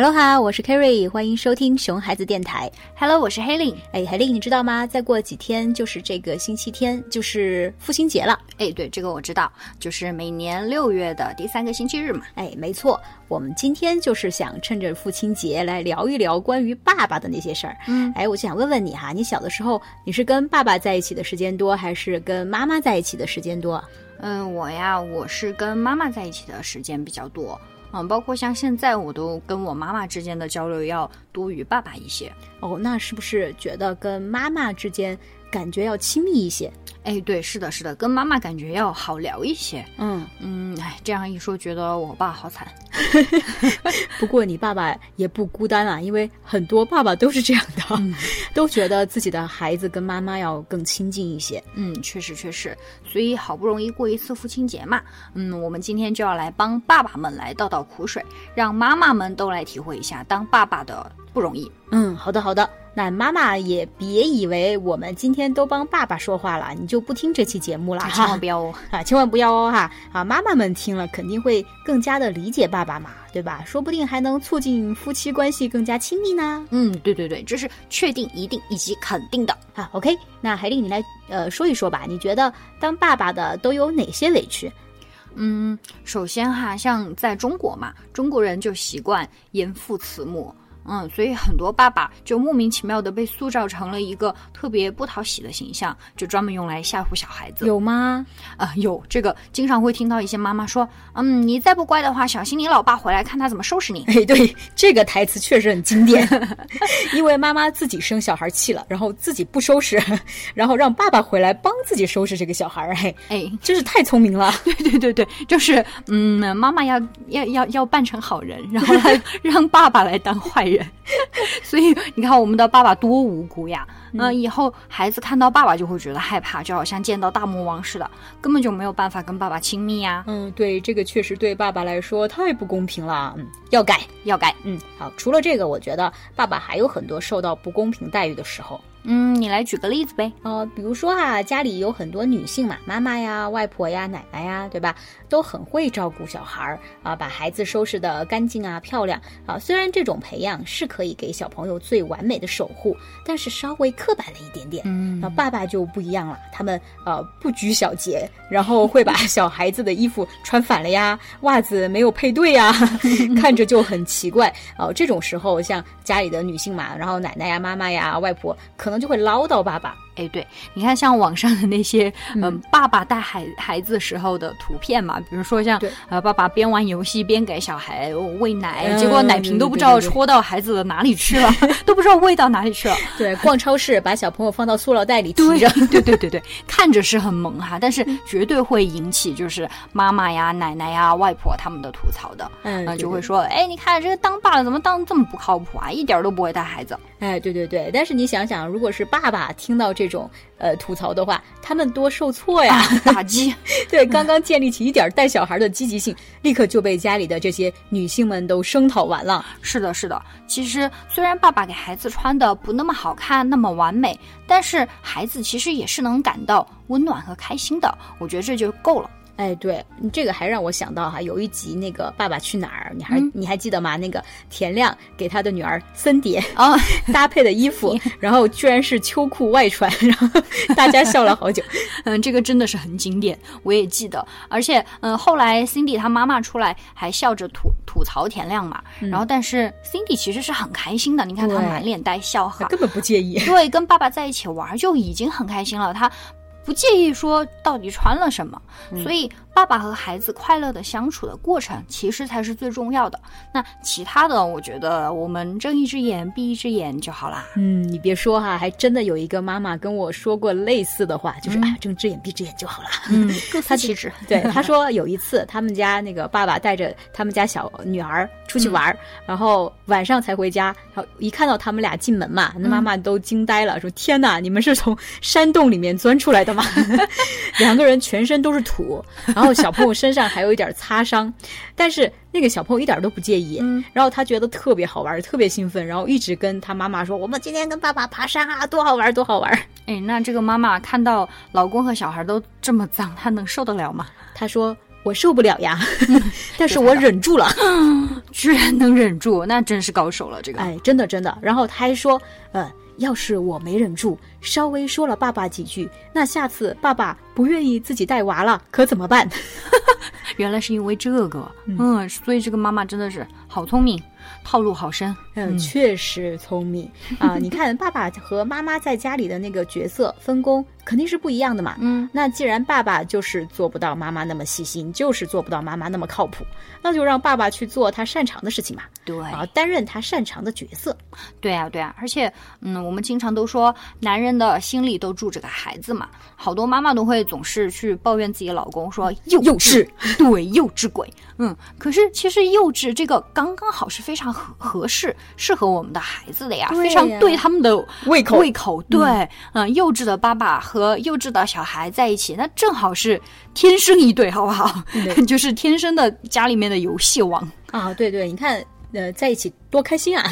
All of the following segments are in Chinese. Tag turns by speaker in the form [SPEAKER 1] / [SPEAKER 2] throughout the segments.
[SPEAKER 1] 喽哈，我是 Kerry，欢迎收听熊孩子电台。
[SPEAKER 2] Hello，我是黑令。
[SPEAKER 1] 哎，海丽，你知道吗？再过几天就是这个星期天，就是父亲节了。
[SPEAKER 2] 哎，对，这个我知道，就是每年六月的第三个星期日嘛。
[SPEAKER 1] 哎，没错，我们今天就是想趁着父亲节来聊一聊关于爸爸的那些事儿。
[SPEAKER 2] 嗯，
[SPEAKER 1] 哎，我就想问问你哈，你小的时候你是跟爸爸在一起的时间多，还是跟妈妈在一起的时间多？
[SPEAKER 2] 嗯，我呀，我是跟妈妈在一起的时间比较多。嗯，包括像现在，我都跟我妈妈之间的交流要多于爸爸一些。
[SPEAKER 1] 哦，那是不是觉得跟妈妈之间感觉要亲密一些？
[SPEAKER 2] 哎，对，是的，是的，跟妈妈感觉要好聊一些。
[SPEAKER 1] 嗯，
[SPEAKER 2] 嗯，哎，这样一说，觉得我爸好惨。
[SPEAKER 1] 不过你爸爸也不孤单啊，因为很多爸爸都是这样的，
[SPEAKER 2] 嗯
[SPEAKER 1] 都觉得自己的孩子跟妈妈要更亲近一些。
[SPEAKER 2] 嗯，确实确实，所以好不容易过一次父亲节嘛，嗯，我们今天就要来帮爸爸们来倒倒苦水，让妈妈们都来体会一下当爸爸的不容易。
[SPEAKER 1] 嗯，好的好的。那妈妈也别以为我们今天都帮爸爸说话了，你就不听这期节目了
[SPEAKER 2] 啊，千
[SPEAKER 1] 哈
[SPEAKER 2] 万不要哦。
[SPEAKER 1] 啊，千万不要哦哈啊！妈妈们听了肯定会更加的理解爸爸嘛，对吧？说不定还能促进夫妻关系更加亲密呢。
[SPEAKER 2] 嗯，对对对，这是确定、一定以及肯定的。
[SPEAKER 1] 啊，OK，那海丽你来呃说一说吧，你觉得当爸爸的都有哪些委屈？
[SPEAKER 2] 嗯，首先哈，像在中国嘛，中国人就习惯严父慈母。嗯，所以很多爸爸就莫名其妙的被塑造成了一个特别不讨喜的形象，就专门用来吓唬小孩子。
[SPEAKER 1] 有吗？
[SPEAKER 2] 啊、有这个经常会听到一些妈妈说，嗯，你再不乖的话，小心你老爸回来看他怎么收拾 你。
[SPEAKER 1] 哎，对，这个台词确实很经典， 因为妈妈自己生小孩气了，然后自己不收拾，然后让爸爸回来帮自己收拾这个小孩，哎，
[SPEAKER 2] 哎，
[SPEAKER 1] 真是太聪明了。
[SPEAKER 2] 对对对对，就是嗯，妈妈要要要要扮成好人，然后 来让爸爸来当坏人。 所以你看，我们的爸爸多无辜呀！嗯、以后孩子看到爸爸就会觉得害怕，就好像见到大魔王似的，根本就没有办法跟爸爸亲密呀。
[SPEAKER 1] 嗯，对，这个确实对爸爸来说太不公平了，嗯，要改。
[SPEAKER 2] 要改，
[SPEAKER 1] 嗯，好，除了这个，我觉得爸爸还有很多受到不公平待遇的时候。
[SPEAKER 2] 嗯，你来举个例子呗。
[SPEAKER 1] 呃，比如说啊，家里有很多女性嘛，妈妈呀、外婆呀、奶奶呀，对吧？都很会照顾小孩儿啊，把孩子收拾得干净啊、漂亮啊。虽然这种培养是可以给小朋友最完美的守护，但是稍微刻板了一点点。
[SPEAKER 2] 嗯
[SPEAKER 1] 那爸爸就不一样了，他们呃不拘小节，然后会把小孩子的衣服穿反了呀，袜子没有配对呀，看着就很奇怪。哦、这种时候像家里的女性嘛，然后奶奶呀、妈妈呀、外婆，可能就会唠叨爸爸。
[SPEAKER 2] 哎，对，你看像网上的那些，嗯、
[SPEAKER 1] 嗯
[SPEAKER 2] 爸爸带孩孩子时候的图片嘛，比如说像
[SPEAKER 1] 对
[SPEAKER 2] 呃，爸爸边玩游戏边给小孩喂奶，
[SPEAKER 1] 嗯
[SPEAKER 2] 结果奶瓶都不知道
[SPEAKER 1] 对对对
[SPEAKER 2] 戳到孩子的哪里 去了，都不知道喂到哪里去了。
[SPEAKER 1] 对，逛超市把小朋友放到塑料袋里提着。
[SPEAKER 2] 对对对对，看着是很萌哈，但
[SPEAKER 1] 嗯
[SPEAKER 2] 是绝对会引起就是妈妈呀、奶奶呀、外婆他们的吐槽的，
[SPEAKER 1] 嗯
[SPEAKER 2] 嗯、就会说，哎，你看这个当爸的怎么当这么不靠谱啊，一点儿都不会带孩 子。
[SPEAKER 1] 哎，对对对，但是你想想，如果是爸爸听到这种呃吐槽的话，他们多受挫呀！
[SPEAKER 2] 打击，
[SPEAKER 1] 对，刚刚建立起一点带小孩的积极性，立刻就被家里的这些女性们都声讨完了。
[SPEAKER 2] 是的，是的。其实虽然爸爸给孩子穿的不那么好看，那么完美，但是孩子其实也是能感到温暖和开心的。我觉得这就够了。
[SPEAKER 1] 哎，对，你这个还让我想到哈，有一集那个《爸爸去哪儿》，你还、
[SPEAKER 2] 嗯
[SPEAKER 1] 你还记得吗？那个田亮给他的女儿森蝶
[SPEAKER 2] 啊，
[SPEAKER 1] 搭配的衣服，然后居然是秋裤外穿，然后大家笑了好久。
[SPEAKER 2] 嗯，这个真的是很经典，我也记得。而且，嗯，后来 Cindy 她妈妈出来还笑着吐吐槽田亮嘛，然后但是 Cindy 其实是很开心的，你看她
[SPEAKER 1] 对
[SPEAKER 2] 满脸带笑哈，
[SPEAKER 1] 根本不介意。
[SPEAKER 2] 对，跟爸爸在一起玩儿就已经很开心了，他不介意说到底穿了什么，所以爸爸和孩子快乐的相处的过程，其实才是最重要的。那其他的，我觉得我们睁一只眼闭一只眼就好 啦。
[SPEAKER 1] 嗯，你别说哈，还真的有一个妈妈跟我说过类似的话，就是、啊，睁只眼闭只眼就好了。
[SPEAKER 2] 嗯，各司其职。
[SPEAKER 1] 对， 她说有一次他们家那个爸爸带着他们家小女儿出去玩儿，然后晚上才回家，然后一看到他们俩进门嘛，那妈妈都惊呆了，说：“天哪，你们是从山洞里面钻出来的吗？” 两个人全身都是土，然后小朋友身上还有一点擦伤，但是那个小朋友一点都不介意，
[SPEAKER 2] 嗯
[SPEAKER 1] 然后他觉得特别好玩，特别兴奋，然后一直跟他妈妈说：“我们今天跟爸爸爬山啊，多好玩，多好玩。”
[SPEAKER 2] 哎，那这个妈妈看到老公和小孩都这么脏，她能受得了吗？
[SPEAKER 1] 他说：“我受不了呀， 但是我忍住了。
[SPEAKER 2] 居然能忍住，那真是高手了。这个，
[SPEAKER 1] 哎，真的真的。然后他还说，呃，要是我没忍住，稍微说了爸爸几句，那下次爸爸不愿意自己带娃了，可怎么办？
[SPEAKER 2] 原来是因为这个，嗯所以这个妈妈真的是好聪明，套路好深。
[SPEAKER 1] 嗯，确实聪 明啊！你看，爸爸和妈妈在家里的那个角色分工肯定是不一样的嘛。
[SPEAKER 2] 嗯，
[SPEAKER 1] 那既然爸爸就是做不到妈妈那么细心，就是做不到妈妈那么靠谱，那就让爸爸去做他擅长的事情嘛，
[SPEAKER 2] 对
[SPEAKER 1] 啊，担任他擅长的角色。
[SPEAKER 2] 对啊，对啊，而且，嗯，我们经常都说男人的心里都住着个孩子嘛，好多妈妈都会总是去抱怨自己老公说幼
[SPEAKER 1] 嗯幼
[SPEAKER 2] 稚，对，幼稚鬼。嗯，可是其实幼稚这个刚刚好是非常合合适，适合我们的孩子的呀，
[SPEAKER 1] 对
[SPEAKER 2] 非常
[SPEAKER 1] 呀
[SPEAKER 2] 对他们的
[SPEAKER 1] 胃口
[SPEAKER 2] 胃口对，嗯、幼稚的爸爸和幼稚的小孩在一起，那正好是天生一对，好不好？
[SPEAKER 1] 对
[SPEAKER 2] 就是天生的家里面的游戏王。
[SPEAKER 1] 啊，对对，你看，呃，在一起多开心 啊！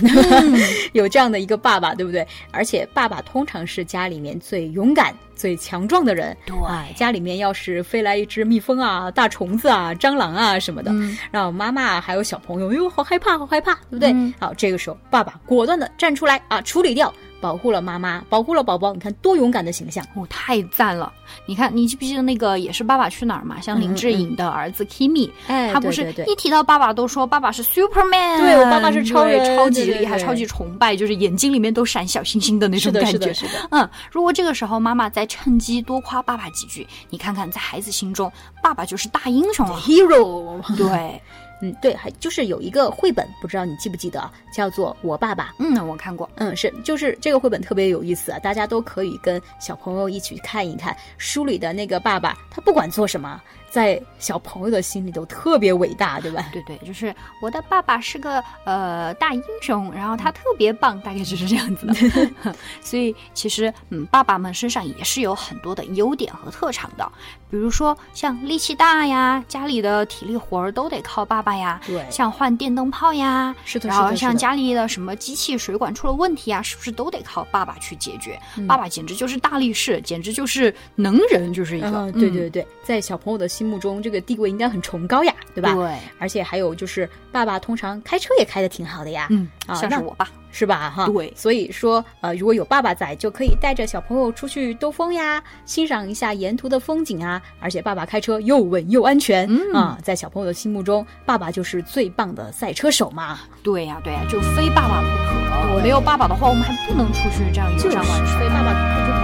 [SPEAKER 1] 有这样的一个爸爸，对不对？而且爸爸通常是家里面最勇敢、最强壮的人。
[SPEAKER 2] 对
[SPEAKER 1] 啊，家里面要是飞来一只蜜蜂啊、大虫子啊、蟑螂啊什么的，
[SPEAKER 2] 嗯
[SPEAKER 1] 然后妈妈还有小朋友，哟，好害怕，好害怕，对不对？
[SPEAKER 2] 嗯
[SPEAKER 1] 好，这个时候爸爸果断的站出来啊，处理掉。保护了妈妈，保护了宝宝，你看多勇敢的形象！
[SPEAKER 2] 哦，太赞了！你看，你记不记得那个也是《爸爸去哪儿》嘛？像林志颖的儿子 Kimi，、
[SPEAKER 1] 嗯哎
[SPEAKER 2] 他不
[SPEAKER 1] 对
[SPEAKER 2] 是
[SPEAKER 1] 对对
[SPEAKER 2] 一提到爸爸都说爸爸是 Superman，
[SPEAKER 1] 对我爸爸是超人
[SPEAKER 2] 对超级
[SPEAKER 1] 对对
[SPEAKER 2] 厉害，
[SPEAKER 1] 对
[SPEAKER 2] 超级崇拜，就是眼睛里面都闪小星星的那
[SPEAKER 1] 是
[SPEAKER 2] 种
[SPEAKER 1] 的，
[SPEAKER 2] 感
[SPEAKER 1] 是
[SPEAKER 2] 觉
[SPEAKER 1] 的，。是的，
[SPEAKER 2] 嗯，如果这个时候妈妈再趁机多夸爸爸几句，你看看在孩子心中，爸爸就是大英雄 了。啊
[SPEAKER 1] hero，
[SPEAKER 2] 对，
[SPEAKER 1] 嗯，对，还就是有一个绘本，不知道你记不记得，啊叫做《我爸爸》。
[SPEAKER 2] 嗯，我看过，
[SPEAKER 1] 嗯，是，就是这个绘本特别有意思啊，大家都可以跟小朋友一起看一看。书里的那个爸爸，他不管做什么，在小朋友的心里都特别伟大，对吧？
[SPEAKER 2] 对对，就是我的爸爸是个呃大英雄，然后他
[SPEAKER 1] 嗯
[SPEAKER 2] 特别棒，大概就是这样子 的。 所以其实嗯，爸爸们身上也是有很多的优点和特长的，比如说像力气大呀，家里的体力活儿都得靠爸爸呀，
[SPEAKER 1] 对
[SPEAKER 2] 像换电灯泡呀，
[SPEAKER 1] 是的，是
[SPEAKER 2] 然后
[SPEAKER 1] 的，
[SPEAKER 2] 像
[SPEAKER 1] 是的。
[SPEAKER 2] 家里的什么机器、水管出了问题啊，是不是都得靠爸爸去解决？
[SPEAKER 1] 嗯
[SPEAKER 2] 爸爸简直就是大力士，简直就是能人，就是一个。
[SPEAKER 1] 嗯，对对对，在小朋友的心目中，这个地位应该很崇高呀，对吧？
[SPEAKER 2] 对，
[SPEAKER 1] 而且还有就是，爸爸通常开车也开得挺好的呀，
[SPEAKER 2] 嗯，
[SPEAKER 1] 啊
[SPEAKER 2] 像
[SPEAKER 1] 那
[SPEAKER 2] 是我爸。
[SPEAKER 1] 是吧？哈，
[SPEAKER 2] 对
[SPEAKER 1] 所以说，呃，如果有爸爸在，就可以带着小朋友出去兜风呀，欣赏一下沿途的风景啊。而且爸爸开车又稳又安全，
[SPEAKER 2] 嗯
[SPEAKER 1] 啊，在小朋友的心目中，爸爸就是最棒的赛车手嘛。
[SPEAKER 2] 对呀、对呀、就非爸爸不可。
[SPEAKER 1] 对
[SPEAKER 2] 没有爸爸的话，我们还不能出去这样游
[SPEAKER 1] 就是
[SPEAKER 2] 山玩水。呃
[SPEAKER 1] 非爸爸可就不